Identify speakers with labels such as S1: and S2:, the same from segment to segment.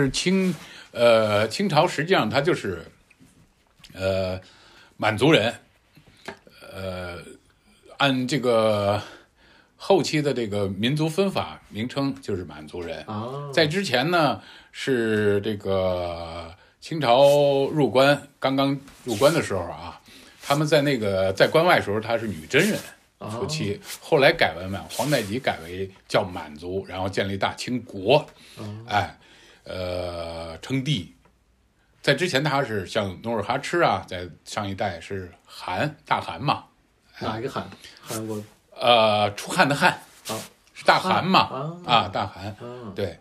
S1: 是清，呃，清朝实际上它就是，呃，满族人，呃，按这个后期的这个民族分法名称就是满族人。
S2: 啊，
S1: 在之前呢，是这个清朝入关，刚刚入关的时候啊，他们在那个在关外的时候，他是女真人初期，后来改为满，皇太极改为叫满族，然后建立大清国，哎，呃，称帝。在之前，他是像努尔哈赤啊，在上一代是韩大韩嘛，
S2: 哪一个韩？韩国
S1: 呃，出汗的汗
S2: 啊
S1: 是大韩嘛，
S2: 啊
S1: 啊，大韩，
S2: 啊，
S1: 对，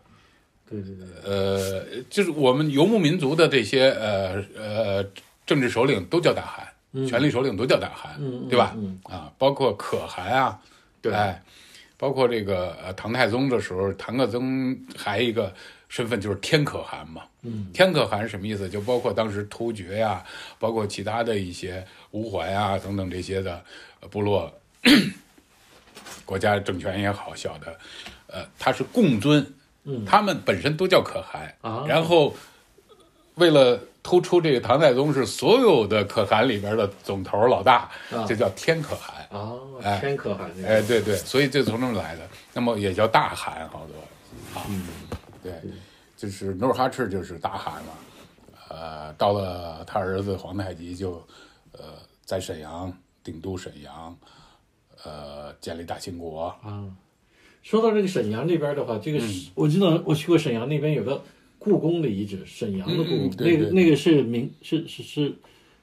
S2: 对对对，
S1: 呃，就是我们游牧民族的这些呃呃政治首领都叫大汗，权力首领都叫大汗，
S2: 嗯
S1: 对吧？
S2: 嗯
S1: 啊，包括可汗啊，
S2: 对
S1: 哎，包括这个呃唐太宗的时候，唐克宗还一个身份就是天可汗嘛。
S2: 嗯，
S1: 天可汗是什么意思？就包括当时突厥呀、包括其他的一些乌桓啊等等这些的呃部落国家政权也好，小的，呃，他是共尊，
S2: 嗯
S1: 他们本身都叫可汗，
S2: 啊
S1: 然后为了突出这个唐太宗是所有的可汗里边的总头老大，
S2: 啊
S1: 就叫天可汗。
S2: 哦
S1: 哎，
S2: 天可汗那
S1: 哎，
S2: 个，
S1: 对对，所以就从这么来的。那么也叫大汗，好多啊，
S2: 嗯
S1: 对，就是努尔哈赤就是大汗嘛。呃，到了他儿子皇太极就，呃，在沈阳定都沈阳，呃，建立大清国。
S2: 啊，说到这个沈阳这边的话，
S1: 嗯
S2: 这个是我知道，我去过沈阳那边有个故宫的遗址，沈阳的故
S1: 嗯
S2: 宫
S1: 嗯，对
S2: 那个
S1: 对
S2: 那个是明是是是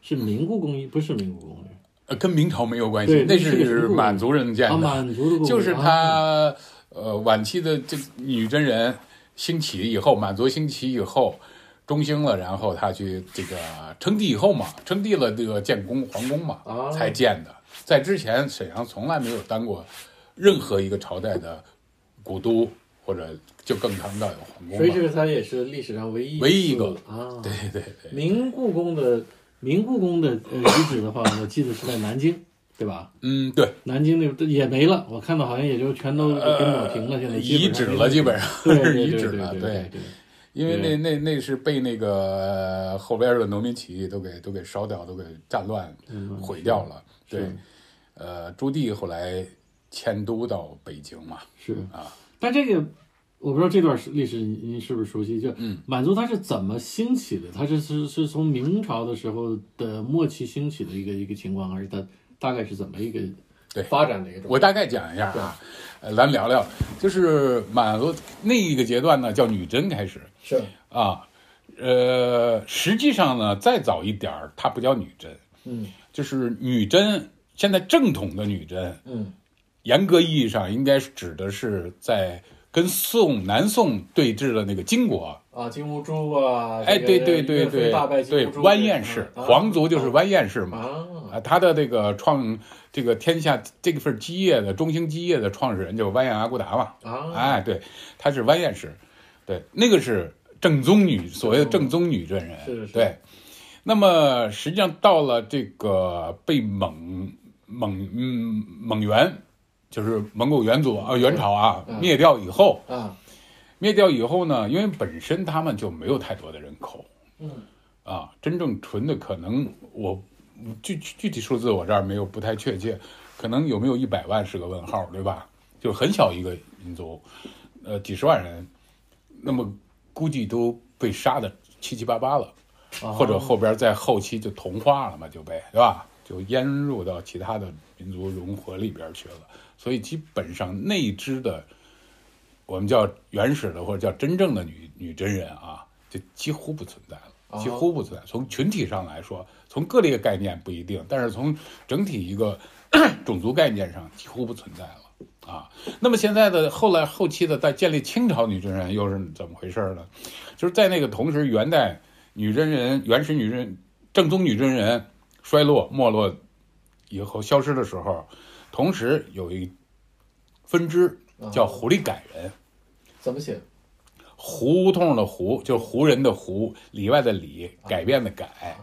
S2: 是明故宫，不是明故宫
S1: 呃，跟明朝没有关系
S2: 对，
S1: 那
S2: 那是个什么
S1: 是
S2: 故事
S1: 满族人建
S2: 啊，
S1: 的，
S2: 满族的故宫，
S1: 就是
S2: 啊
S1: 他呃晚期的这女真人兴起以后，满族兴起以后，中兴了，然后他去这个称帝以后嘛，称帝了这个建宫皇宫嘛
S2: 啊，
S1: 才建的。在之前，沈阳从来没有当过任何一个朝代的古都，或者就更谈不到有皇
S2: 所
S1: 宫
S2: 以
S1: 了。
S2: 这个它也是历史上唯一
S1: 唯一一
S2: 次
S1: 个
S2: 啊，
S1: 对对对，
S2: 明故宫的明故宫的呃遗址的话，我记得是在南京，对吧？
S1: 嗯对，
S2: 南京那个也没了，我看到好像也就全都给抹平了，现在
S1: 呃
S2: 基
S1: 遗
S2: 本
S1: 址
S2: 上
S1: 了，基本上
S2: 对
S1: 是
S2: 对
S1: 遗
S2: 对
S1: 址
S2: 对
S1: 了，
S2: 对
S1: 对
S2: 对。对，
S1: 因为那那那是被那个呃后边的农民起义都给都给烧掉，都给战乱
S2: 嗯
S1: 毁掉了。
S2: 是
S1: 对，呃，朱棣后来迁都到北京嘛，
S2: 是
S1: 啊。
S2: 但这个我不知道这段历史您您是不是熟悉？就
S1: 嗯
S2: 满族它是怎么兴起的？它是是是从明朝的时候的末期兴起的一个一个情况，还是它大概是怎么一个
S1: 对
S2: 发展的一个
S1: 我
S2: 状态？
S1: 大概讲一下啊，呃，咱聊聊，就是满族那一个阶段呢，叫女真开始
S2: 是
S1: 啊，呃，实际上呢，再早一点儿，它不叫女真，
S2: 嗯
S1: 就是女真，现在正统的女真，
S2: 嗯
S1: 严格意义上应该是指的是在跟宋南宋对峙的那个金国，
S2: 啊，金兀术啊，
S1: 哎，
S2: 这
S1: 对对
S2: 个
S1: 对
S2: 岳飞
S1: 对
S2: 大败金
S1: 对
S2: 兀，术
S1: 完颜氏，
S2: 啊
S1: 皇族就是完颜氏嘛，
S2: 啊
S1: 啊，他的这个创这个天下这份基业的中兴基业的创始人就是完颜阿骨达嘛，
S2: 啊
S1: 哎，对，他是完颜氏，对，那个是正宗女，所谓的正宗女真人，
S2: 是是是
S1: 对。那么实际上到了这个被蒙蒙嗯蒙元，就是蒙古元祖啊元朝啊
S2: 嗯
S1: 灭掉以后，
S2: 啊
S1: 灭掉以后呢，因为本身他们就没有太多的人口，
S2: 嗯
S1: 啊，真正纯的可能我具具体数字我这儿没有不太确切，可能有没有一百万是个问号，对吧？就很小一个民族，呃，几十万人，那么估计都被杀的七七八八了，
S2: 啊
S1: 或者后边在后期就同化了嘛，就被对吧？就淹入到其他的民族融合里边去了，所以基本上那支的，我们叫原始的或者叫真正的女女真人啊，就几乎不存在了，几乎不存在。从群体上来说，从个例概念不一定，但是从整体一个 种族概念上几乎不存在了啊。那么现在的后来后期的在建立清朝女真人又是怎么回事呢？就是在那个同时，元代女真人、原始女真、正宗女真人衰落没落以后消失的时候，同时有一分支叫胡里改人，
S2: 怎么写？
S1: 胡同的胡就是胡人的胡，里外的里，改变的改。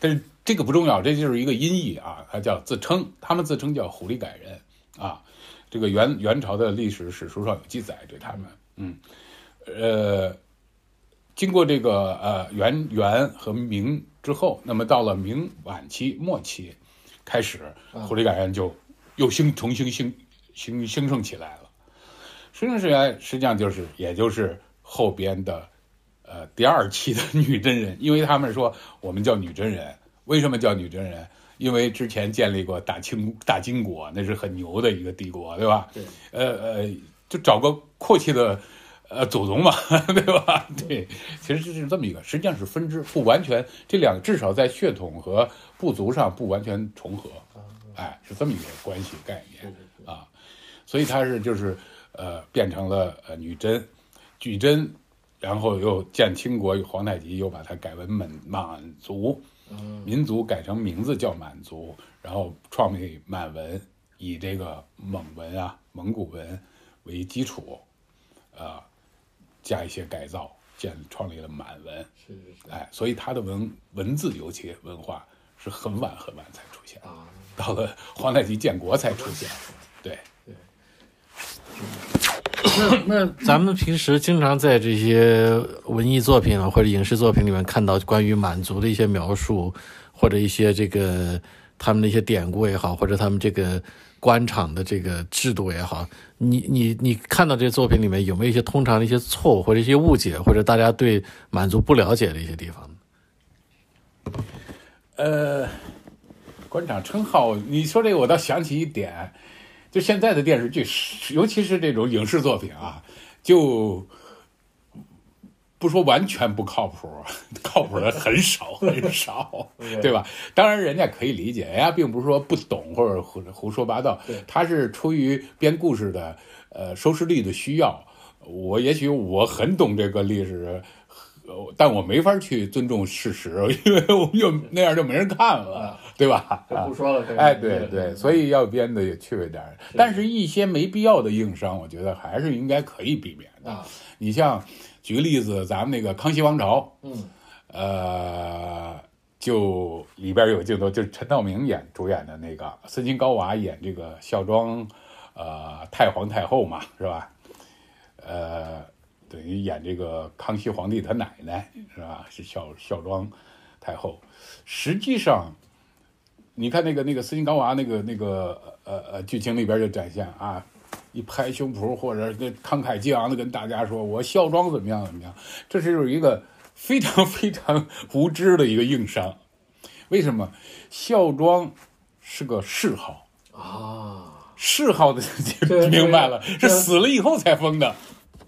S1: 但是这个不重要，这就是一个音译啊，它叫自称，他们自称叫胡里改人啊。这个元元朝的历史史书上有记载对他们，嗯，呃，经过这个呃元元和明之后，那么到了明晚期末期，开始狐狸感染就又兴重新兴兴兴盛起来了。实际上，实际上就是也就是后边的呃第二期的女真人，因为他们说我们叫女真人，为什么叫女真人？因为之前建立过大清大金国，那是很牛的一个帝国，对吧？
S2: 对，
S1: 呃呃，就找个阔气的呃祖宗嘛， 对吧？对，其实就是这么一个，实际上是分支，不完全这两个至少在血统和部族上不完全重合，哎，是这么一个关系概念啊，所以它是就是呃变成了呃女真，女真，然后又建清国，皇太极又把它改为满满族，
S2: 嗯
S1: 民族改成名字叫满族，然后创立满文，以这个蒙文啊、蒙古文为基础，呃，加一些改造，建创立了满文。
S2: 是是是
S1: 哎，所以它的文文字尤其文化是很晚很晚才出现，
S2: 啊，
S1: 到了皇太极建国才出现。对，
S2: 那那
S3: 咱们平时经常在这些文艺作品啊或者影视作品里面看到关于满族的一些描述，或者一些这个他们的一些典故也好，或者他们这个官场的这个制度也好，你你你看到这些作品里面有没有一些通常的一些错误或者一些误解，或者大家对满族不了解的一些地方？
S1: 呃，官场称号，你说这个我倒想起一点，就现在的电视剧，尤其是这种影视作品啊，就不说完全不靠谱， 靠谱的很少很少，对吧？当然，人家可以理解，人家并不是说不懂或者胡胡说八道，他是出于编故事的呃收视率的需要。我也许我很懂这个历史。呃但我没法去尊重事实， 因为我又那样就没人看了，对吧？
S2: 就不说了，这个
S1: 哎，对对，所以要编的也趣味点儿，但是一些没必要的硬伤，我觉得还是应该可以避免的。
S2: 啊，
S1: 你像举个例子，咱们那个《康熙王朝》，
S2: 嗯，
S1: 呃，就里边有镜头，就是陈道明演主演的那个，孙金高娃演这个孝庄，呃，太皇太后嘛，是吧？呃，等于演这个康熙皇帝他奶奶是吧？是孝孝庄太后。实际上，你看那个那个斯琴高娃那个那个呃呃剧情里边就展现啊，一拍胸脯或者跟慷慨激昂的跟大家说我孝庄怎么样怎么样，这是一个非常非常无知的一个硬伤。为什么孝庄是个谥号？
S2: 啊，
S1: 谥号的
S2: 对
S1: 明白了，是
S2: 对
S1: 死了以后才封的。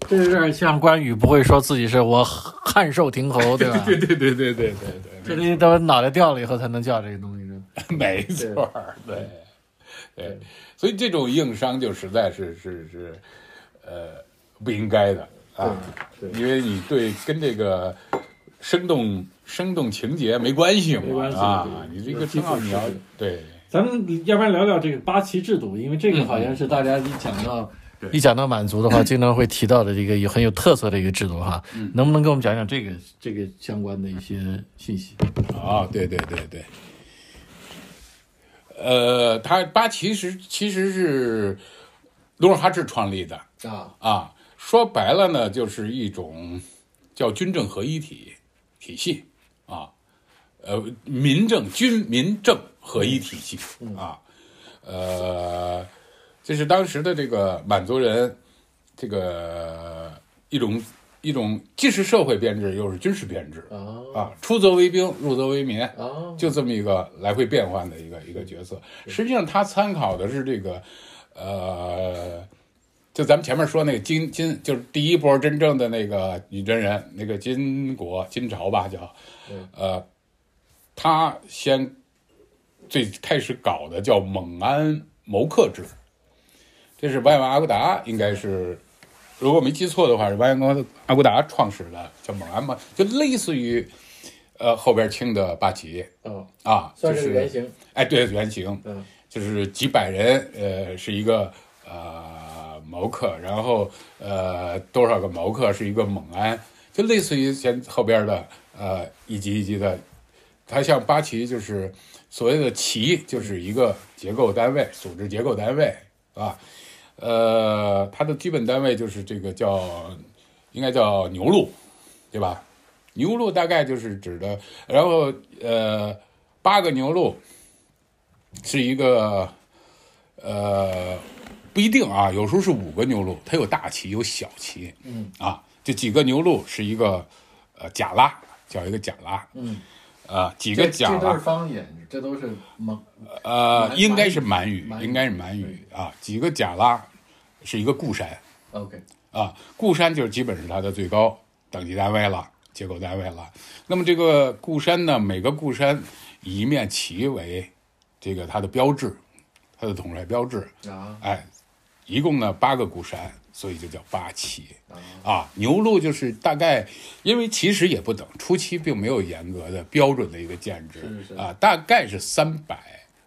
S2: 这
S3: 有
S2: 是
S3: 点像关羽不会说自己是我汉寿亭 侯，对吧？
S1: 对对对对对对对。
S3: 这得等脑袋掉了以后才能叫这个东西。是吧
S1: 没错儿，对，对，所以这种硬伤就实在是是是，呃，不应该的啊，
S2: 对对
S1: 因为你对跟这个生动生动情节没关系
S2: 没
S1: 嘛
S2: 关系
S1: 啊，
S2: 对
S1: 你这
S2: 有
S1: 个
S2: 基
S1: 称
S2: 础
S1: 号你要
S2: 是
S1: 对
S2: 咱们要不然聊聊这个八旗制度，因为这个好像是大家一讲到
S1: 嗯对
S3: 一讲到满族的话，经常会提到的一个有很有特色的一个制度哈，
S1: 嗯
S3: 能不能跟我们讲讲这个
S2: 这个相关的一些信息？
S1: 啊，对对对对，呃，他八旗实其实是努尔哈赤创立的，
S2: 啊，
S1: 啊，说白了呢，就是一种叫军政合一体体系啊，呃，民政军民政合一体系啊，呃，这是当时的这个满族人这个一种一种既是社会编制又是军事编制
S2: 啊
S1: 啊，出则为兵，入则为民
S2: 啊
S1: 就这么一个来回变换的一个一个角色。实际上，他参考的是这个，呃，就咱们前面说那个金金，就是第一波真正的那个女真人，那个金国金朝吧，叫
S2: 嗯，
S1: 呃，他先最开始搞的叫蒙安谋克制，这是完颜阿骨达应该是。如果我没记错的话，是完颜阿骨达创始的，叫蒙安嘛，就类似于，呃，后边清的八旗，
S2: 啊，
S1: 啊，
S2: 算
S1: 就是是
S2: 个原型，
S1: 哎，对，原型
S2: 嗯
S1: 就是几百人，呃，是一个呃谋克，然后呃多少个谋克是一个蒙安，就类似于前后边的呃一级一级的，它像八旗就是所谓的旗，就是一个结构单位、组织结构单位啊，呃，它的基本单位就是这个叫应该叫牛录，对吧？牛录大概就是指的，然后呃，八个牛录是一个呃不一定啊，有时候是五个牛录，它有大旗有小旗，嗯啊，这几个牛录是一个呃甲拉，叫一个甲拉，
S2: 嗯
S1: 啊，几
S2: 这
S1: 个甲
S2: 这都是
S1: 拉，
S2: 方言，这都是蒙
S1: 呃，
S2: 蛮
S1: 应该是满语
S2: 蛮，语
S1: 应该是满语啊，几个甲拉是一个固山，
S2: OK
S1: 啊，固山就是基本是它的最高等级单位了，结构单位了。那么这个固山呢，每个固山以一面旗为这个它的标志，它的统帅标志。
S2: 啊
S1: 哎，一共呢八个固山，所以就叫八旗。啊，牛录就是大概，因为其实也不等，初期并没有严格的标准的一个建制
S2: 是是是
S1: 啊，大概是三百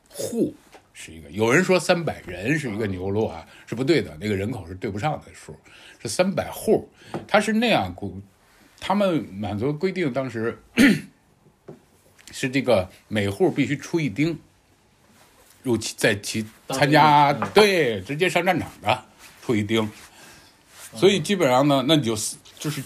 S1: 户是一个，有人说三百人是一个牛录啊，是不对的，那个人口是对不上的数，是三百户，它是那样古，他们满族规定当时是这个每户必须出一丁。入旗在其
S2: 当
S1: 参
S2: 兵
S1: 加
S2: 嗯
S1: 对直接上战场的出一丁，所
S2: 嗯
S1: 以基本上呢，那你就四就是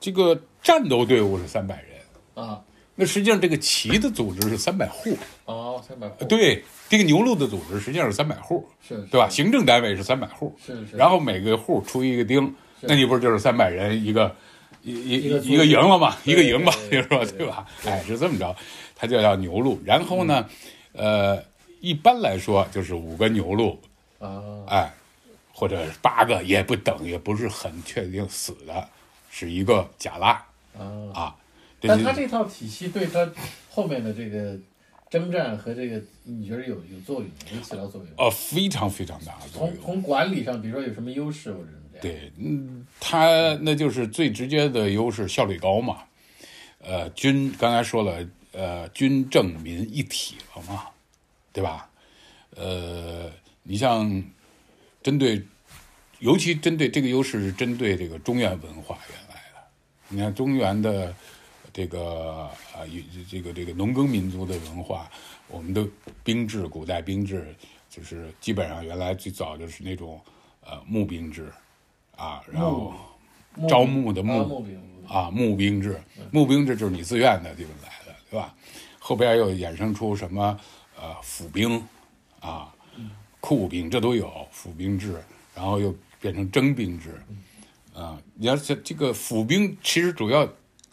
S1: 这个战斗队伍是三百人，
S2: 啊
S1: 那实际上这个旗的组织是三百户，
S2: 哦，三百户
S1: 对，这个牛录的组织实际上是三百户，
S2: 是是
S1: 对吧？行政单位是三百户，
S2: 嗯是是
S1: 然后每个户出一个丁，那你不是就是三百人一个一一
S2: 一个
S1: 一
S2: 族
S1: 一个
S2: 群
S1: 营了嘛，一个营嘛，就
S2: 对对
S1: 是说
S2: 对对
S1: 对吧？哎，是这么着，它就叫牛录。然后呢，
S2: 嗯
S1: 呃，一般来说就是五个牛录，
S2: 啊
S1: 哎，或者八个也不等，也不是很确定死的是一个贾拉
S2: 啊。
S1: 啊。这
S2: 但
S1: 就
S2: 他这套体系对他后面的这个征战和这个，你觉得有有作用吗，有起到作用吗？
S1: 呃非常非常大的作
S2: 从
S1: 用。
S2: 从管理上，比如说有什么优势或者什么这样？
S1: 对，嗯，他那就是最直接的优势，效率高嘛。呃，军刚才说了，呃，军政民一体了嘛，对吧？呃，你像针对，尤其针对这个优势是针对这个中原文化原来的。你看中原的这个啊，以这个这个农耕民族的文化，我们的兵制，古代兵制就是基本上原来最早就是那种呃募兵制啊，然后
S2: 对
S1: 招募的募
S2: 啊募兵
S1: 啊募兵制，募兵制就是你自愿的基本来的，对吧？后边又衍生出什么呃府兵啊、库兵，这都有府兵制，然后又变成征兵制。啊，你要这这个府兵，其实主要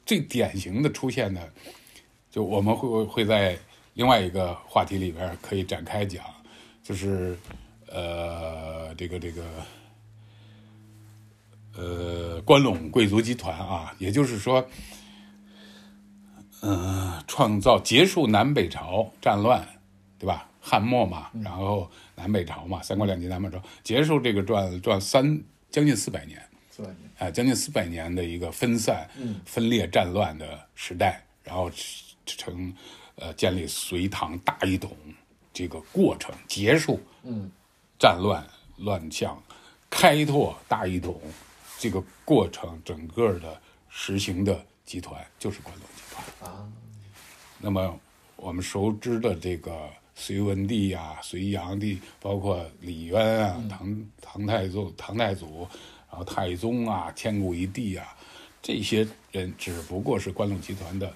S1: 最典型的出现的，就我们会会在另外一个话题里边儿可以展开讲，就是呃，这个这个呃，关陇贵族集团啊，也就是说，嗯、创造结束南北朝战乱，对吧？汉末嘛，然后南北朝嘛，三国两晋南北朝结束这个转转三将近四百年，
S2: 是吧？你
S1: 啊，将近四百年的一个分散、分裂、战乱的时代，然后成呃建立隋唐大一统这个过程，结束
S2: 嗯
S1: 战乱乱象，开拓大一统这个过程，整个的实行的集团就是关东集团。
S2: 啊
S1: 那么我们熟知的这个隋文帝呀、隋炀帝，包括李渊啊、唐唐太宗、唐太祖，然后太宗啊、千古一帝啊，这些人只不过是关陇集团的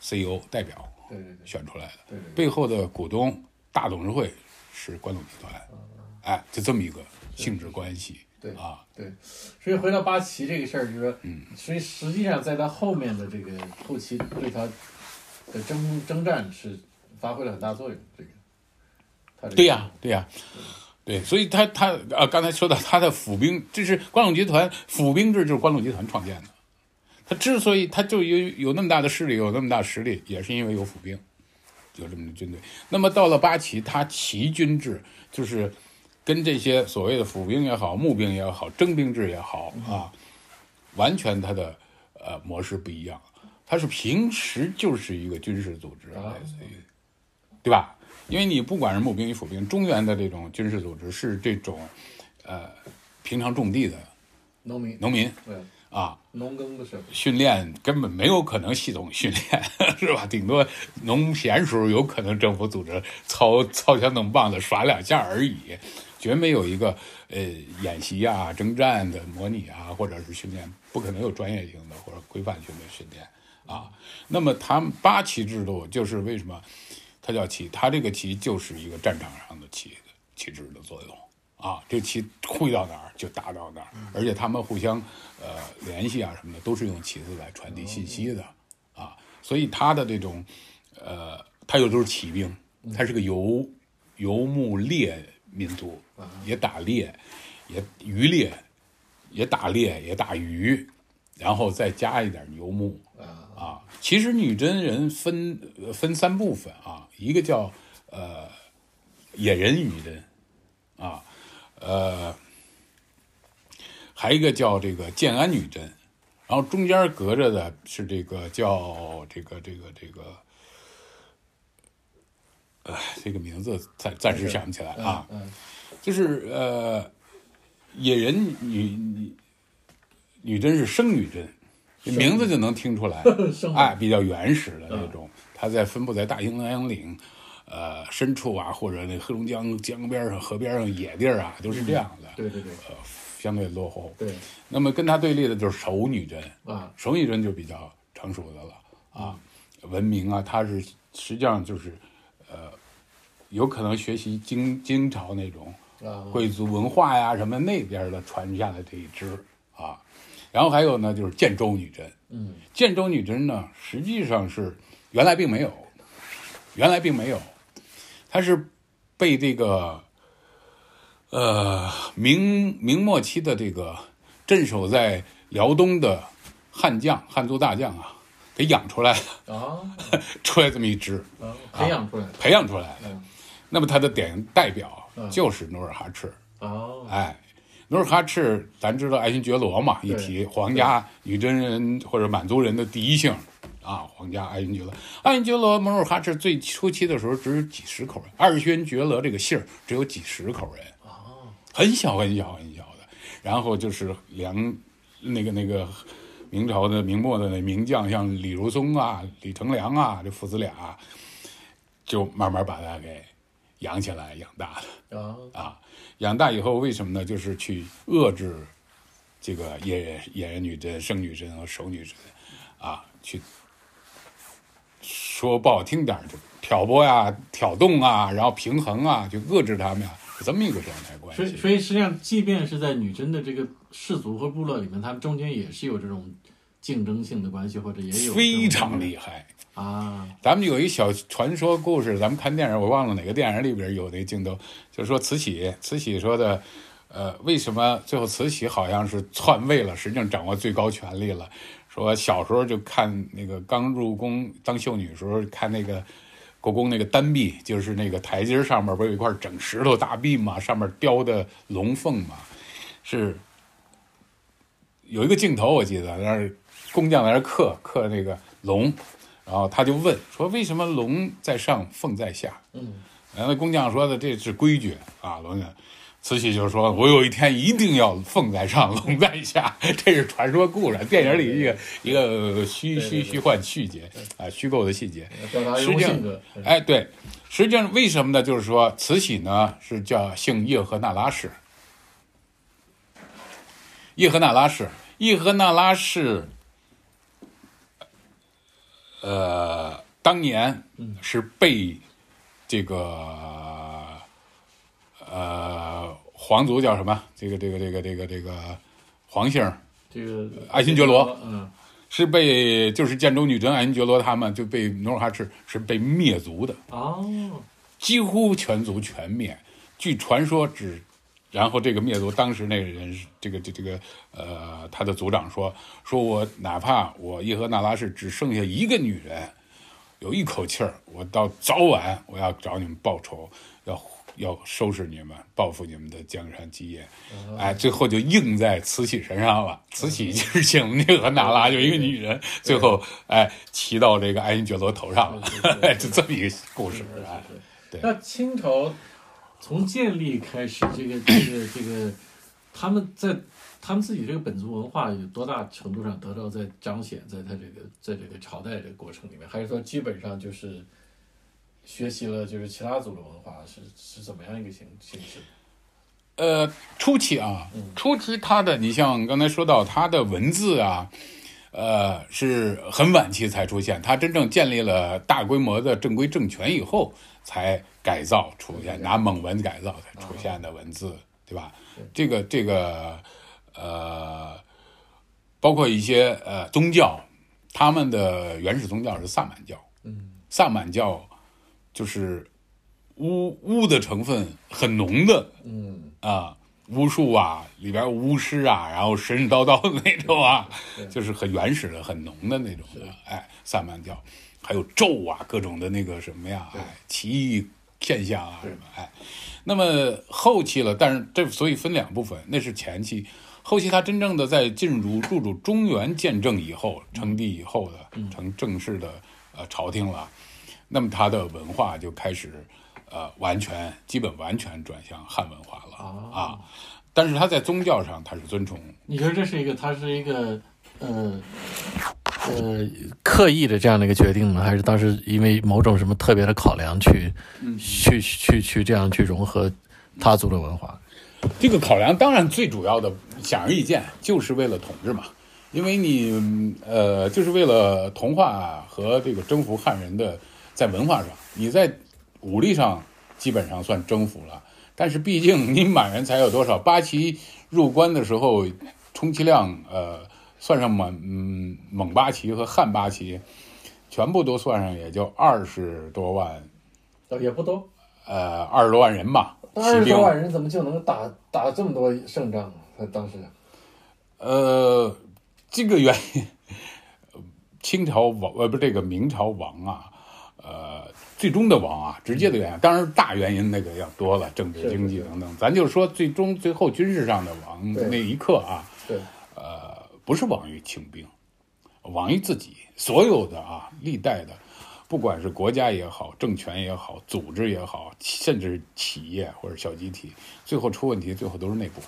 S1: CEO 代表
S2: 对对对
S1: 选出来的，
S2: 对对对
S1: 背后的股东大董事会是关陇集团，哎，就这么一个性质关系
S2: 对
S1: 啊。嗯
S2: 对，所以回到八旗这个事儿，就是说，所以实际上在他后面的这个后期对他的征征战是发挥了很大作用。这个，他这个
S1: 对呀、对呀、对，所以他他呃，刚才说到他的府兵，这是关陇集团府兵制，就是关陇集团创建的。他之所以他就有有那么大的势力，有那么大实力，也是因为有府兵，有这么的军队。那么到了八旗，他旗军制就是跟这些所谓的府兵也好、募兵也好、征兵制也好啊，完全他的呃模式不一样。他是平时就是一个军事组织，
S2: 啊
S1: 类似于对吧？因为你不管是募兵与府兵，中原的这种军事组织是这种，呃，平常种地的
S2: 农民
S1: 农民
S2: 对
S1: 啊，
S2: 农耕的社会，
S1: 训练根本没有可能系统训练， 是吧？顶多农闲时候有可能政府组织操操枪弄棒的耍两下而已，绝没有一个呃演习啊、征战的模拟啊，或者是训练，不可能有专业性的或者规范性的训练啊。那么他们八旗制度就是为什么它叫旗？它这个旗就是一个战场上的旗旗帜的作用啊。这旗挥到哪儿就打到哪儿，而且他们互相呃联系啊什么的，都是用旗子来传递信息的啊。所以他的这种呃，他又都是骑兵，他是个游游牧猎民族，也打猎，也渔猎，也打猎，也打鱼，然后再加一点游牧啊。其实女真人分呃分三部分啊，一个叫呃野人女真啊，呃，还一个叫这个建安女真，然后中间隔着的是这个叫这个这个这个。呃，这个名字暂暂时想不起来啊，
S2: 嗯，
S1: 就是呃，野人女女女真是生女真，名字就能听出来
S2: 生，女
S1: 哎，比较原始的那种。它在分布在大兴安岭，呃，深处啊，或者那黑龙江江边上、河边上野地儿啊，都是这样的，
S2: 对对对
S1: 呃，相对落后。
S2: 对
S1: 那么跟它对立的就是守女真，
S2: 啊，
S1: 手拟人就比较成熟的了啊，文明啊，它是实际上就是呃，有可能学习金金朝那种
S2: 啊
S1: 贵族文化呀什么那边的传下来这一支啊，然后还有呢就是建州女真，
S2: 嗯，
S1: 建州女真呢实际上是原来并没有，原来并没有，它是被这个呃明明末期的这个镇守在辽东的汉将汉族大将啊给养出来了，
S2: 啊
S1: 出来这么一支
S2: 啊，培养出来的
S1: 培养出来的
S2: 嗯。
S1: 那么它的典型代表
S2: 嗯
S1: 就是努尔哈赤，
S2: 哦，
S1: 哎，努尔哈赤，咱知道爱新觉罗嘛，一提皇家女真人或者满族人的第一姓啊，皇家爱新觉罗。爱新觉罗努尔哈赤最初期的时候只有几十口人，爱新觉罗这个姓儿只有几十口人，很小很小很小的。然后就是梁，那个那个明朝的明末的那名将，像李如松啊、李成梁啊，这父子俩就慢慢把他给养起来、养大了。
S2: 啊
S1: 啊，养大以后为什么呢？就是去遏制这个野人、野人女真、生女真和熟女真，啊，去说不好听点儿，就挑拨呀、挑动啊，然后平衡啊，就遏制他们呀、是这么一个状态关
S2: 所以，
S1: 系。
S2: 所以实际上，即便是在女真的这个氏族和部落里面，他们中间也是有这种竞争性的关系，或者也有这种
S1: 非常厉害。
S2: 啊，
S1: 咱们有一小传说故事，咱们看电影，我忘了哪个电影里边有那个镜头，就是说慈禧，慈禧说的，呃，为什么最后慈禧好像是篡位了，实际上掌握最高权力了？说小时候就看那个刚入宫当秀女的时候看那个故宫那个丹壁，就是那个台阶上面不是有一块整石头大壁嘛，上面雕的龙凤嘛，是有一个镜头我记得，在那儿工匠在那儿刻刻那个龙，然后他就问说为什么龙在上，凤在下？
S2: 嗯，
S1: 然后那工匠说的这是规矩啊，龙在。慈禧就说：“我有一天一定要凤在上，龙在下。”这是传说故事，电影里一个一个虚
S2: 对对
S1: 虚
S2: 对
S1: 虚幻细节啊，虚构的细节。
S2: 表达一
S1: 实
S2: 种
S1: 际上
S2: 性格，
S1: 哎，对，实际上为什么呢？就是说，慈禧呢是叫姓叶赫那拉氏，叶赫那拉氏，叶赫那拉氏，呃，当年是被这个呃皇族叫什么？这个这个这个这个这个皇姓儿
S2: 这个
S1: 爱新觉罗，
S2: 嗯，
S1: 是被就是建州女真爱新觉罗他们就被努尔哈赤是被灭族的。
S2: 哦，
S1: 几乎全族全灭。据传说只，然后这个灭族当时那个人是，这个这这个呃，他的族长说，说我哪怕我叶赫那拉氏只剩下一个女人，有一口气儿，我到早晚我要找你们报仇，要要收拾你们，报复你们的江山基业。哎，最后就应在慈禧身上了。慈禧就是姓聂和那拉，就一个女人，最后哎骑到这个爱新觉罗头上了， 就这么一个故事啊。对
S2: 那清朝从建立开始，这个这个这个，他们在他们自己这个本族文化有多大程度上得到在彰显，在他这个在这个朝代这个过程里面，还是说基本上就是学习了就是其他族的文化是是怎么样一个形形式？
S1: 呃，初期啊，初期它的，你像刚才说到它的文字啊，呃，是很晚期才出现。它真正建立了大规模的正规政权以后，才改造出现，拿蒙文改造才出现的文字，对吧？这个这个，呃，包括一些呃宗教，他们的原始宗教是萨满教。
S2: 嗯，
S1: 萨满教就是巫巫的成分很浓的
S2: 嗯，
S1: 啊，巫术啊，里边巫师啊，然后神神叨叨的那种啊，就是很原始的、很浓的那种的，哎，萨满教，还有咒啊，各种的那个什么呀，哎，奇异现象啊什么，哎，那么后期了，但是这所以分两部分，那是前期，后期他真正的在进入入主中原建政以后，称帝以后的成正式的呃朝廷了，那么他的文化就开始呃完全基本完全转向汉文化了
S2: 哦
S1: 啊，但是他在宗教上他是尊崇
S2: 你说这是一个，它是一个，呃，
S3: 呃，刻意的这样的一个决定吗？还是当时因为某种什么特别的考量去，
S1: 嗯
S3: 去去去这样去融合他族的文化？
S1: 这个考量当然最主要的显而易见，就是为了统治嘛，因为你嗯呃，就是为了同化和这个征服汉人的，在文化上，你在武力上基本上算征服了，但是毕竟你满人才有多少？八旗入关的时候，充其量呃，算上满嗯蒙八旗和汉八旗，全部都算上也就二十多万，
S4: 也不多，
S1: 呃二十多万人吧，
S4: 二
S1: 骑
S4: 十
S1: 兵
S4: 多万人怎么就能打打这么多胜仗啊？他当时
S1: 呃，这个原因，清朝王呃不，这个明朝王啊，呃，最终的王啊，直接的原因，当然大原因那个要多了，政治、
S4: 是是
S1: 经济等等。咱就说最终最后军事上的王
S4: 对
S1: 那一刻啊，
S4: 对
S1: 呃，不是王于清兵，王于自己。所有的啊，历代的，不管是国家也好，政权也好，组织也好，甚至是企业或者小集体，最后出问题，最后都是内部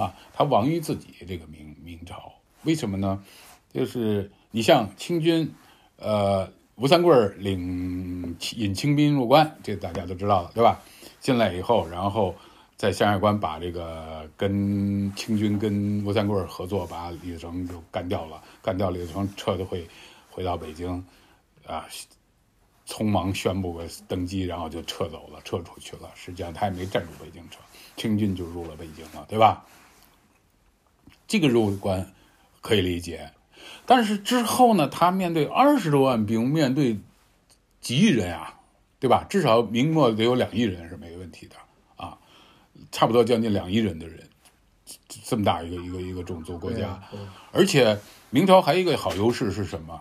S1: 啊。他亡于自己这个明明朝，为什么呢？就是你像清军，呃，吴三桂儿领引清兵入关，这大家都知道了，对吧？进来以后，然后在山海关把这个跟清军跟吴三桂儿合作，把李自成就干掉了，干掉李自成撤退回到北京，啊，匆忙宣布个登基，然后就撤走了，撤出去了。实际上他也没占住北京城，清军就入了北京了，对吧？这个入关可以理解，但是之后呢，他面对二十多万兵，面对几亿人啊，对吧？至少明末得有两亿人是没问题的啊，差不多将近两亿人的人，这这么大一个一个一个种族国
S2: 啊
S1: 家，而且明朝还有一个好优势是什么？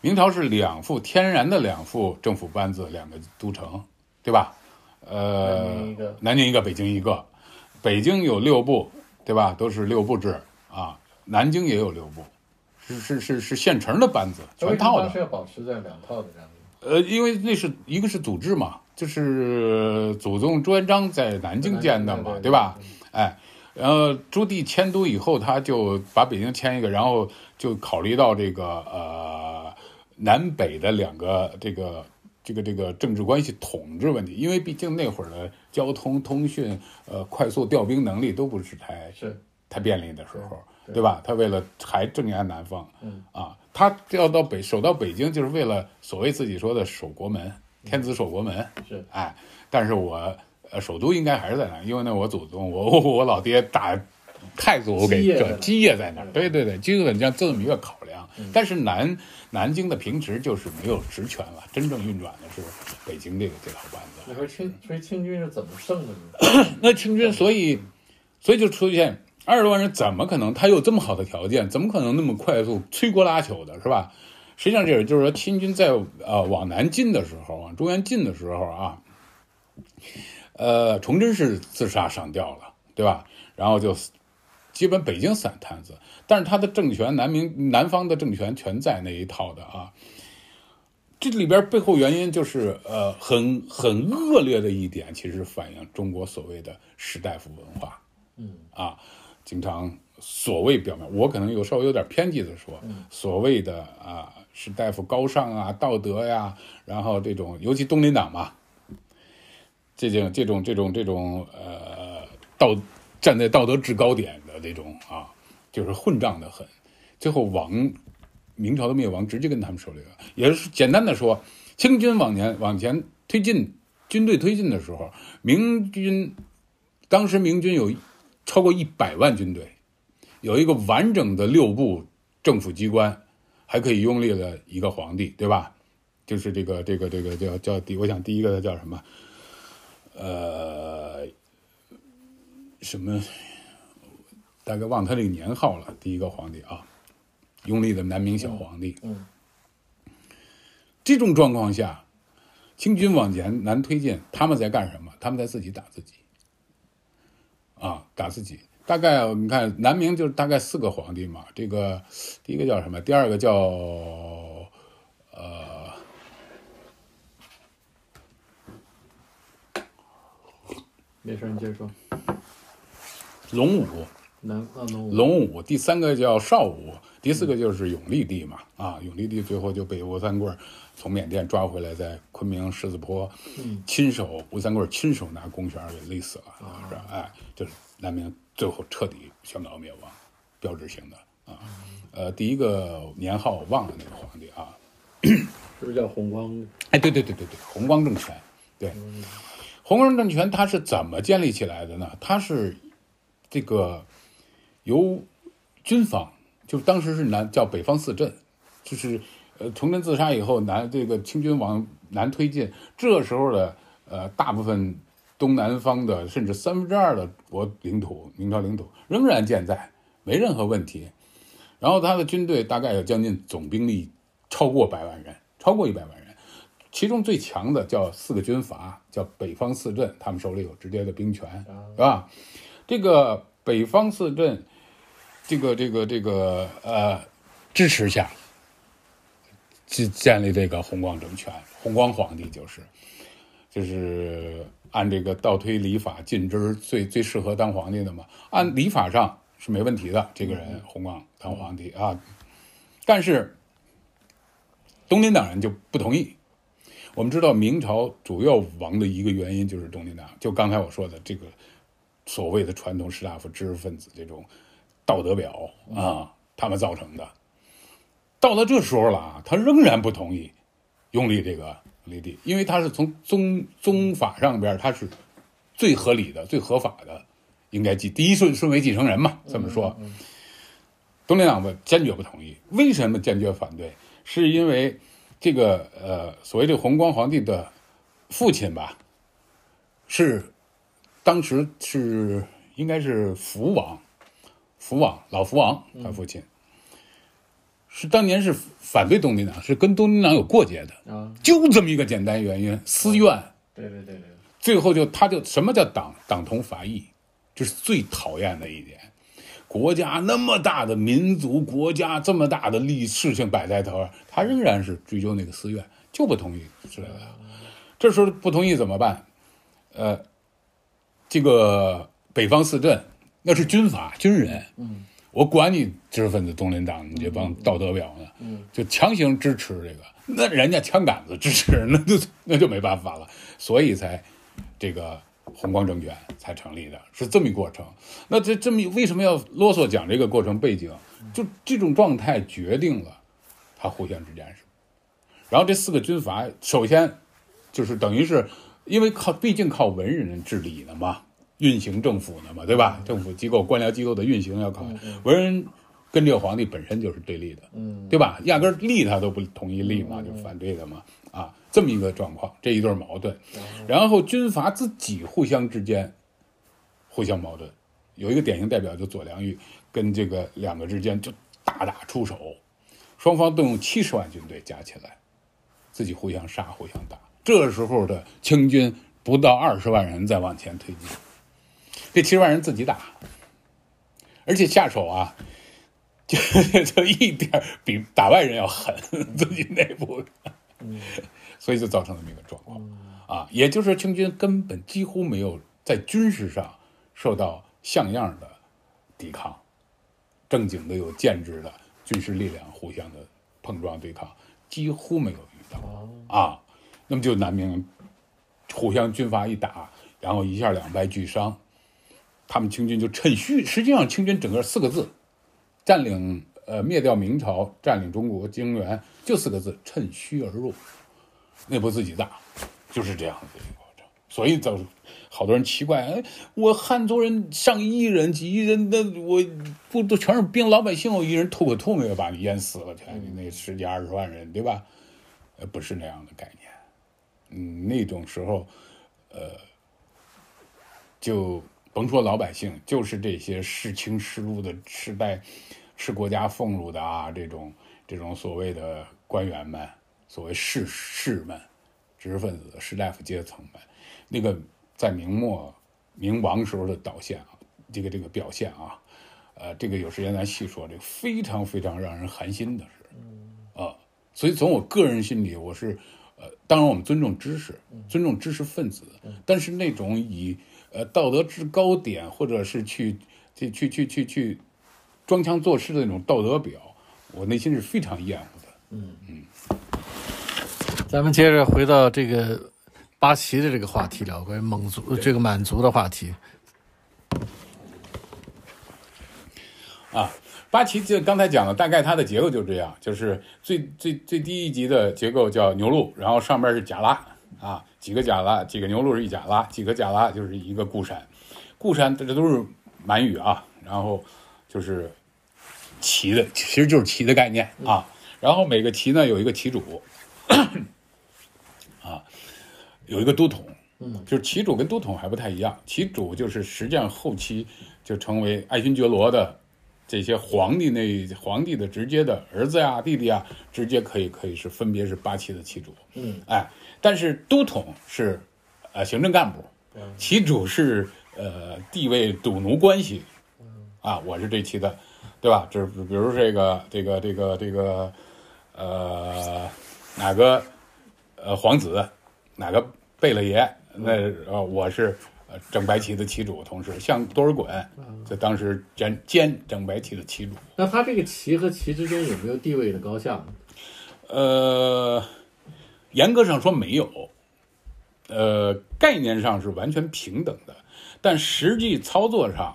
S1: 明朝是两副天然的两副政府班子，两个都城，对吧？呃，
S4: 南京一个
S1: 南京一个，北京一个。北京有六部，对吧？都是六部制啊。南京也有六部，是是是是现成的班子，全套
S4: 当时
S1: 的。
S4: 要保持这两套的这样子，
S1: 呃，因为那是一个是组织嘛，就是祖宗朱元璋在南京建的嘛，对吧？？哎，然后朱棣迁都以后，他就把北京迁一个，然后就考虑到这个呃南北的两个这个这个这个政治关系统治问题，因为毕竟那会儿的交通、通讯、呃快速调兵能力都不是太
S4: 是
S1: 太便利的时候，
S4: 对对
S1: 对吧？他为了还镇压南方，
S4: 嗯
S1: 啊，他调到北守到北京，就是为了所谓自己说的守国门，天子守国门，
S4: 是
S1: 哎，但是我呃首都应该还是在那儿，因为那我祖宗我 我我老爹打太祖给
S4: 基业在
S1: 这
S4: 那儿嗯
S1: 基业在那儿，对对对，基本上这么一个考量。但是南南京的平直就是没有职权了，真正运转的是北京这个这套班子。
S4: 你说
S1: 嗯
S4: 清说清军是怎么胜的呢？
S1: 那清军，所以，所以就出现二十多万人，怎么可能他有这么好的条件？怎么可能那么快速摧国拉朽的，是吧？实际上，这个就是说，清军在呃往南进的时候，往中原进的时候啊，呃，崇祯是自杀上吊了，对吧？然后就基本北京散摊子，但是他的政权，南明南方的政权全在那一套的啊。这里边背后原因就是，呃，很很恶劣的一点，其实反映中国所谓的士大夫文化。
S4: 嗯
S1: 啊，经常所谓表面，我可能有稍微有点偏激的说，所谓的啊士大夫高尚啊、道德呀、然后这种，尤其东林党嘛，这种这种这种这种呃道站在道德制高点的这种啊，就是混账的很。最后王明朝的灭亡直接跟他们手里了。也是简单的说，清军往前往前推进，军队推进的时候，明军当时明军有超过一百万军队，有一个完整的六部政府机关，还可以拥立了一个皇帝，对吧？就是这个这个这个叫叫第，我想第一个叫什么？呃，什么？大概忘他这个年号了。第一个皇帝啊，拥立的南明小皇帝。
S2: 嗯嗯
S1: 这种状况下，清军往前南推进，他们在干什么？他们在自己打自己。啊，打自己。大概你看，南明就是大概四个皇帝嘛。这个第一个叫什么？第二个叫呃，
S2: 没事，你接着说。
S1: 隆武。
S2: 南啊，龙
S1: 隆武，第三个叫邵武，第四个就是永历帝嘛。啊，永历帝最后就被吴三桂儿从缅甸抓回来，在昆明狮子坡，亲手吴三桂儿亲手拿公权儿给勒死了。是吧哎，就是南明最后彻底宣告灭亡，标志性的啊。呃，第一个年号我忘了那个皇帝啊，
S2: 是不是叫红光？
S1: 哎，对对对对对，红光政权，对，红光政权它是怎么建立起来的呢？它是这个由军方，就当时是南叫北方四镇，就是呃崇祯自杀以后，南这个清军往南推进，这时候的呃大部分东南方的甚至三分之二的国领土，明朝领土仍然健在，没任何问题。然后他的军队大概有将近总兵力超过百万人，超过一百万人。其中最强的叫四个军阀，叫北方四镇，他们手里有直接的兵权，是吧？这个北方四镇，这个这个这个呃，支持下，建建立这个弘光政权，弘光皇帝就是，就是按这个倒推礼法进之最最适合当皇帝的嘛，按礼法上是没问题的，这个人弘光当皇帝啊，但是东林党人就不同意。我们知道明朝主要亡的一个原因就是东林党，就刚才我说的这个所谓的传统士大夫、知识分子这种道德表啊，他们造成的。到了这时候了啊，他仍然不同意拥立这个立帝，因为他是从宗宗法上边儿他是最合理的、最合法的，应该继第一顺顺位继承人嘛，这么说。东林党不坚决不同意，为什么坚决反对？是因为这个呃，所谓这弘光皇帝的父亲吧，是当时是应该是福王，福王老福王他父亲、是当年是反对东林党，是跟东林党有过节的，
S2: 啊，
S1: 就这么一个简单原因，私怨。
S2: 对对对对，
S1: 最后就他就什么叫党党同伐异，这是最讨厌的一点。国家那么大的民族，国家这么大的利事情摆在头上，他仍然是追究那个私怨，就不同意之类的。这时候不同意怎么办？呃，这个北方四镇那是军阀军人，嗯，我管你知识分子东林党，你这帮道德婊呢，嗯，就强行支持这个，那人家枪杆子支持，那就那就没办法了，所以才这个弘光政权才成立的，是这么一过程。那这这么一为什么要啰嗦讲这个过程背景？就这种状态决定了他互相之间是。然后这四个军阀，首先就是等于是因为靠毕竟靠文人治理的嘛，运行政府的嘛，对吧？政府机构、官僚机构的运行要靠文人。跟这个皇帝本身就是对立的，嗯，对吧？压根儿立他都不同意立嘛，就反对的嘛，啊，这么一个状况，这一对儿矛盾，然后军阀自己互相之间互相矛盾，有一个典型代表就左良玉跟这个两个之间就大打出手，双方动用七十万军队加起来，自己互相杀、互相打。这时候的清军不到二十万人在往前推进，这七十万人自己打，而且下手啊，就 就一点儿比打外人要狠，自己内部， 所以就造成了这么一个状况啊。也就是清军根本几乎没有在军事上受到像样的抵抗，正经的有建制的军事力量互相的碰撞对抗，几乎没有遇到。啊，那么就南明互相军阀一打，然后一下两败俱伤，他们清军就趁虚，实际上清军整个四个字占领呃，灭掉明朝，占领中国泾原，就四个字：趁虚而入，内部自己大，就是这样子一个过程。所以早好多人奇怪，哎，我汉族人上亿人、几亿人，那我不都全是兵，老百姓我一人吐口唾沫也把你淹死了，去，你那十几二十万人，对吧？呃，不是那样的概念，嗯，那种时候，就甭说老百姓，就是这些世卿世禄的世代，吃国家俸禄的啊，这种这种所谓的官员们，所谓士士们、知识分子、士大夫阶层们，那个在明末明亡时候的导线啊，这个这个表现啊，呃，这个有时间咱细说，这个非常非常让人寒心的事。啊，所以从我个人心里，我是，呃，当然我们尊重知识，尊重知识分子，但是那种以呃道德制高点，或者是去去去去去去装腔作势的那种道德表，我内心是非常厌恶的。
S3: 咱们接着回到这个巴西的这个话题聊，关于蒙族这个满族的话题。
S1: 啊，八旗就刚才讲了，大概它的结构就这样，就是最最最低一级的结构叫牛录，然后上边是甲拉啊，几个甲拉，几个牛录是一甲拉，几个甲拉就是一个固山，固山这这都是满语啊，然后就是旗的，其实就是旗的概念啊，然后每个旗呢有一个旗主， 啊有一个都统，嗯，就是旗主跟都统还不太一样，旗主就是实际上后期就成为爱新觉罗的这些皇帝那皇帝的直接的儿子呀、弟弟呀，直接可以可以是分别是八旗的旗主，嗯，哎，但是都统是呃行政干部，旗主是呃地位赌奴关系，啊，我是这旗的，对吧？这比如这个这个这个这个呃哪个呃皇子哪个贝勒爷，那呃我是呃整白旗的旗主，同时像多尔衮，就当时兼兼整白旗的旗主。
S2: 那他这个旗和旗之间有没有地位的高下？
S1: 呃，严格上说没有，呃，概念上是完全平等的，但实际操作上，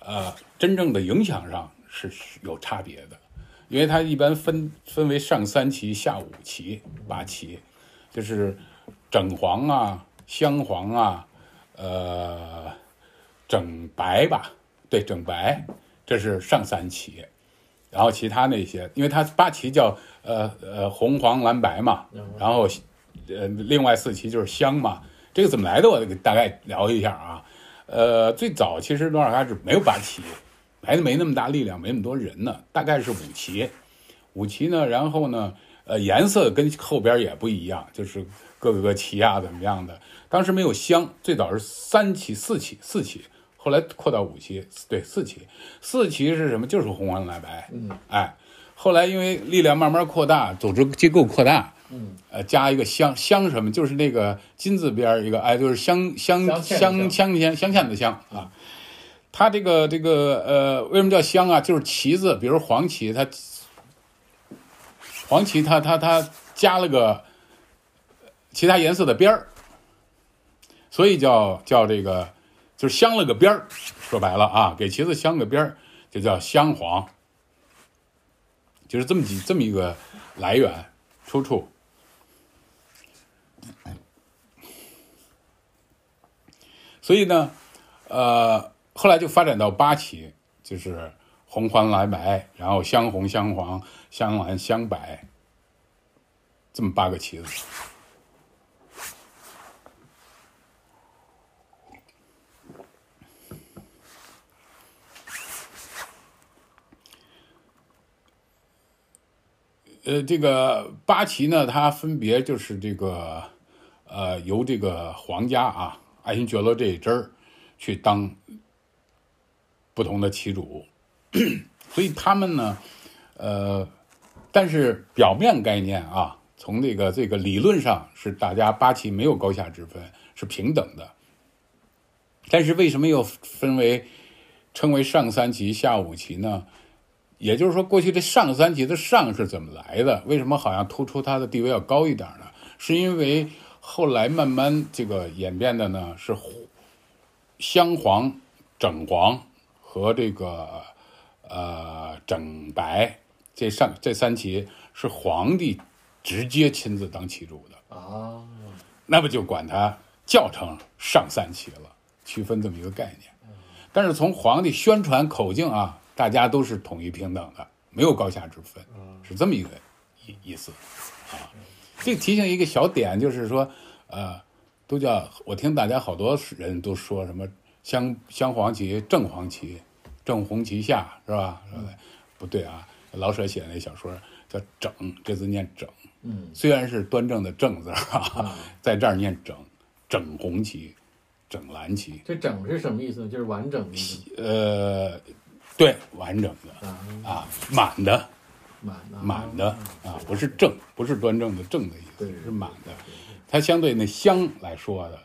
S1: 呃，真正的影响上是有差别的，因为它一般分分为上三旗、下五旗、八旗，就是整黄啊、镶黄啊、呃，整白吧，对，整白，这是上三旗。然后其他那些，因为它八旗叫呃呃红黄蓝白嘛，然后呃另外四旗就是镶嘛，这个怎么来的我给大概聊一下啊。呃，最早其实努尔哈赤没有八旗，来的没那么大力量，没那么多人呢，大概是五旗。五旗呢，然后呢，呃，颜色跟后边也不一样，就是各个旗啊怎么样的。当时没有镶，最早是三旗、四旗、四旗，后来扩到五旗，对，四旗。四旗是什么？就是红黄蓝白。嗯，哎，后来因为力量慢慢扩大，组织结构扩大。嗯，呃，加一个镶镶什么？就是那个金字边儿一个，哎，就是镶镶
S4: 镶嵌的镶
S1: 镶镶嵌镶嵌的镶啊。它这个这个呃，为什么叫镶啊？就是旗子，比如黄旗，它黄旗它它它加了个其他颜色的边儿，所以叫叫这个就是镶了个边儿。说白了啊，给旗子镶个边儿，就叫镶黄，就是这么几这么一个来源出处。所以呢，呃，后来就发展到八旗，就是红黄蓝白，然后镶红、镶黄、镶蓝、镶白，这么八个旗子。呃，这个八旗呢，它分别就是这个，呃，由这个皇家啊，爱新觉罗这一支儿去当不同的旗主， 所以他们呢，呃，但是表面概念啊，从这个这个理论上是大家八旗没有高下之分，是平等的。但是为什么又分为称为上三旗、下五旗呢？也就是说，过去这上三旗的上是怎么来的？为什么好像突出它的地位要高一点呢？是因为后来慢慢这个演变的呢是镶黄、整黄和这个呃整白，这上这三旗是皇帝直接亲自当旗主的，
S4: 啊，
S1: 那么就管它叫成上三旗了，区分这么一个概念。但是从皇帝宣传口径啊，大家都是统一平等的，没有高下之分，是这么一个意意思啊。这提醒一个小点，就是说，呃，都叫我听大家好多人都说什么镶镶黄旗、正黄旗、正红旗下是吧？不对啊，老舍写的那小说叫“整”，这字念“整”。
S2: 嗯，
S1: 虽然是端正的“正”字啊，在这儿念“整”，整红旗，整蓝旗，
S2: 这整是什么意思呢？就是完整的意思，
S1: 呃，对，完整的啊，满的，
S2: 满啊，
S1: 满的啊，不是正，不是端正的正的意思
S2: 对，
S1: 是满的。它相对那镶来说的，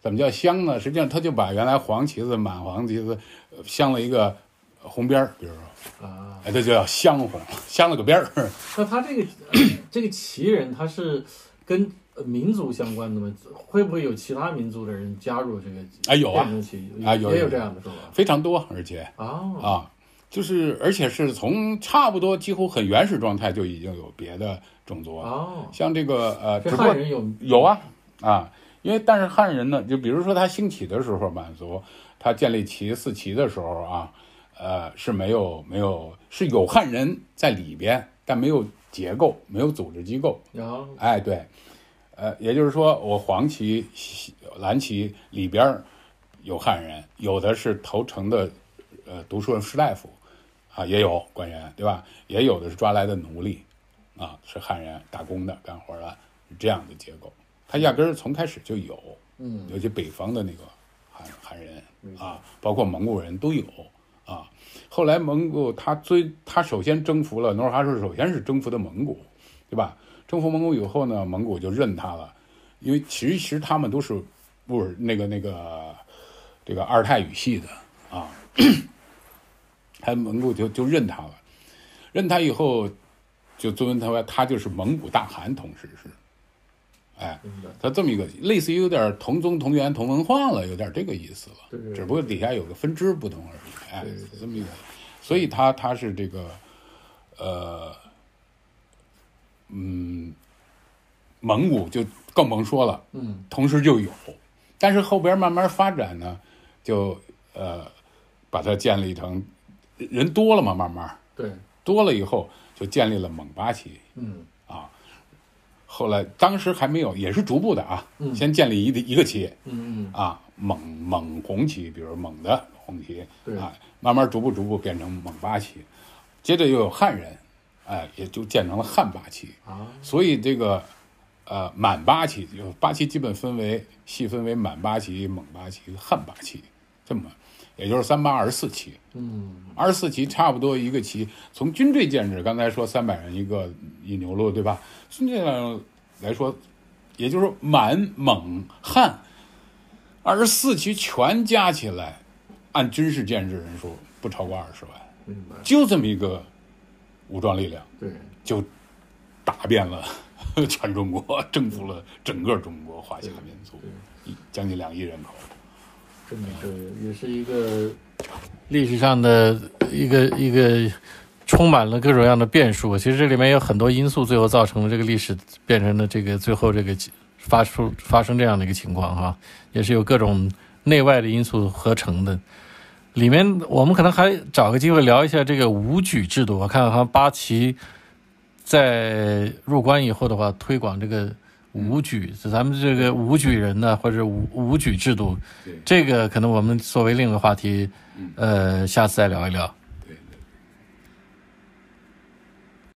S1: 怎么叫镶呢？实际上，它就把原来黄旗子、满黄旗子呃镶了一个红边儿，比如说，
S2: 啊。
S1: 哎，这就叫镶红，镶了个边儿。
S2: 那他这个 这个旗人，他是跟呃民族相关的吗？会不会有其他民族的人加入这个？
S1: 哎有啊
S2: 变成旗
S1: 啊有
S2: 有也
S1: 有
S2: 这样的说法
S1: 非常多，而且
S2: 啊
S1: 啊，就是而且是从差不多几乎很原始状态就已经有别的种
S3: 啊
S1: 族，啊
S2: 哦，
S1: 像这个呃，只不
S2: 这
S1: 过
S2: 汉人有
S1: 有啊啊，因为但是汉人呢，就比如说他兴起的时候，满族他建立旗四旗的时候啊，呃是没有没有是有汉人在里边，但没有结构，没有组织机构，
S2: 然后
S1: 哎，对，呃，也就是说，我黄旗、西蓝旗里边儿有汉人，有的是投诚的，呃，读书人士大夫，啊，也有官员，对吧？也有的是抓来的奴隶，啊，是汉人打工的、干活的，是这样的结构。他压根儿从开始就有，
S4: 嗯，
S1: 尤其北方的那个汉汉人啊，包括蒙古人都有啊。后来蒙古他最他首先征服了努尔哈赤，首先是征服的蒙古，对吧？征服蒙古以后呢，蒙古就认他了，因为其实他们都是乌尔那个那个这个阿尔泰语系的啊，他蒙古就就认他了，认他以后就尊他为他就是蒙古大汗，同时是。
S2: 明白
S1: 它这么一个类似于有点同宗同源同文化了，有点这个意思了，
S2: 对对
S1: 只不过底下有个分支不同而已，哎，是这么一个，所以它它是这个，呃，嗯，蒙古就更甭说了，
S2: 嗯，
S1: 同时就有，但是后边慢慢发展呢，就呃，把它建立成人多了嘛，慢慢
S2: 对，
S1: 多了以后就建立了蒙八旗，啊
S2: 嗯
S1: 后来当时还没有，也是逐步的啊，
S2: 嗯
S1: 先建立一个一个旗
S2: 嗯嗯，
S1: 啊，蒙蒙红旗，比如蒙的红旗
S2: 对
S1: 啊，慢慢逐步逐步变成蒙八旗，接着又有汉人，哎、也就建成了汉八旗。
S2: 啊
S1: 所以这个呃满八旗，就八旗基本分为细分为满八旗、蒙八旗、汉八旗这么，也就是三八二十四旗。
S2: 嗯
S1: 二十四旗差不多一个旗，从军队建制，刚才说三百人一个一牛路，对吧？从这样来说，也就是说满、蒙、汉二十四旗全加起来，按军事建制人数不超过二十万，
S2: 明白
S1: 就这么一个武装力量，
S2: 对
S1: 就打遍了 全中国，征服了整个中国华夏民族，
S2: 对，
S1: 一将近两亿人口。
S2: 真的是也是一个
S3: 历史上的一个一个充满了各种各样的变数。其实这里面有很多因素，最后造成了这个历史变成了这个最后这个发出发生这样的一个情况哈、也是有各种内外的因素合成的。里面我们可能还找个机会聊一下这个武举制度。我看好像八旗在入关以后的话，推广这个武举，就咱们这个武举人呢，或者武武举制度
S1: 对，
S3: 这个可能我们作为另一个话题
S1: 嗯，
S3: 呃，下次再聊一聊。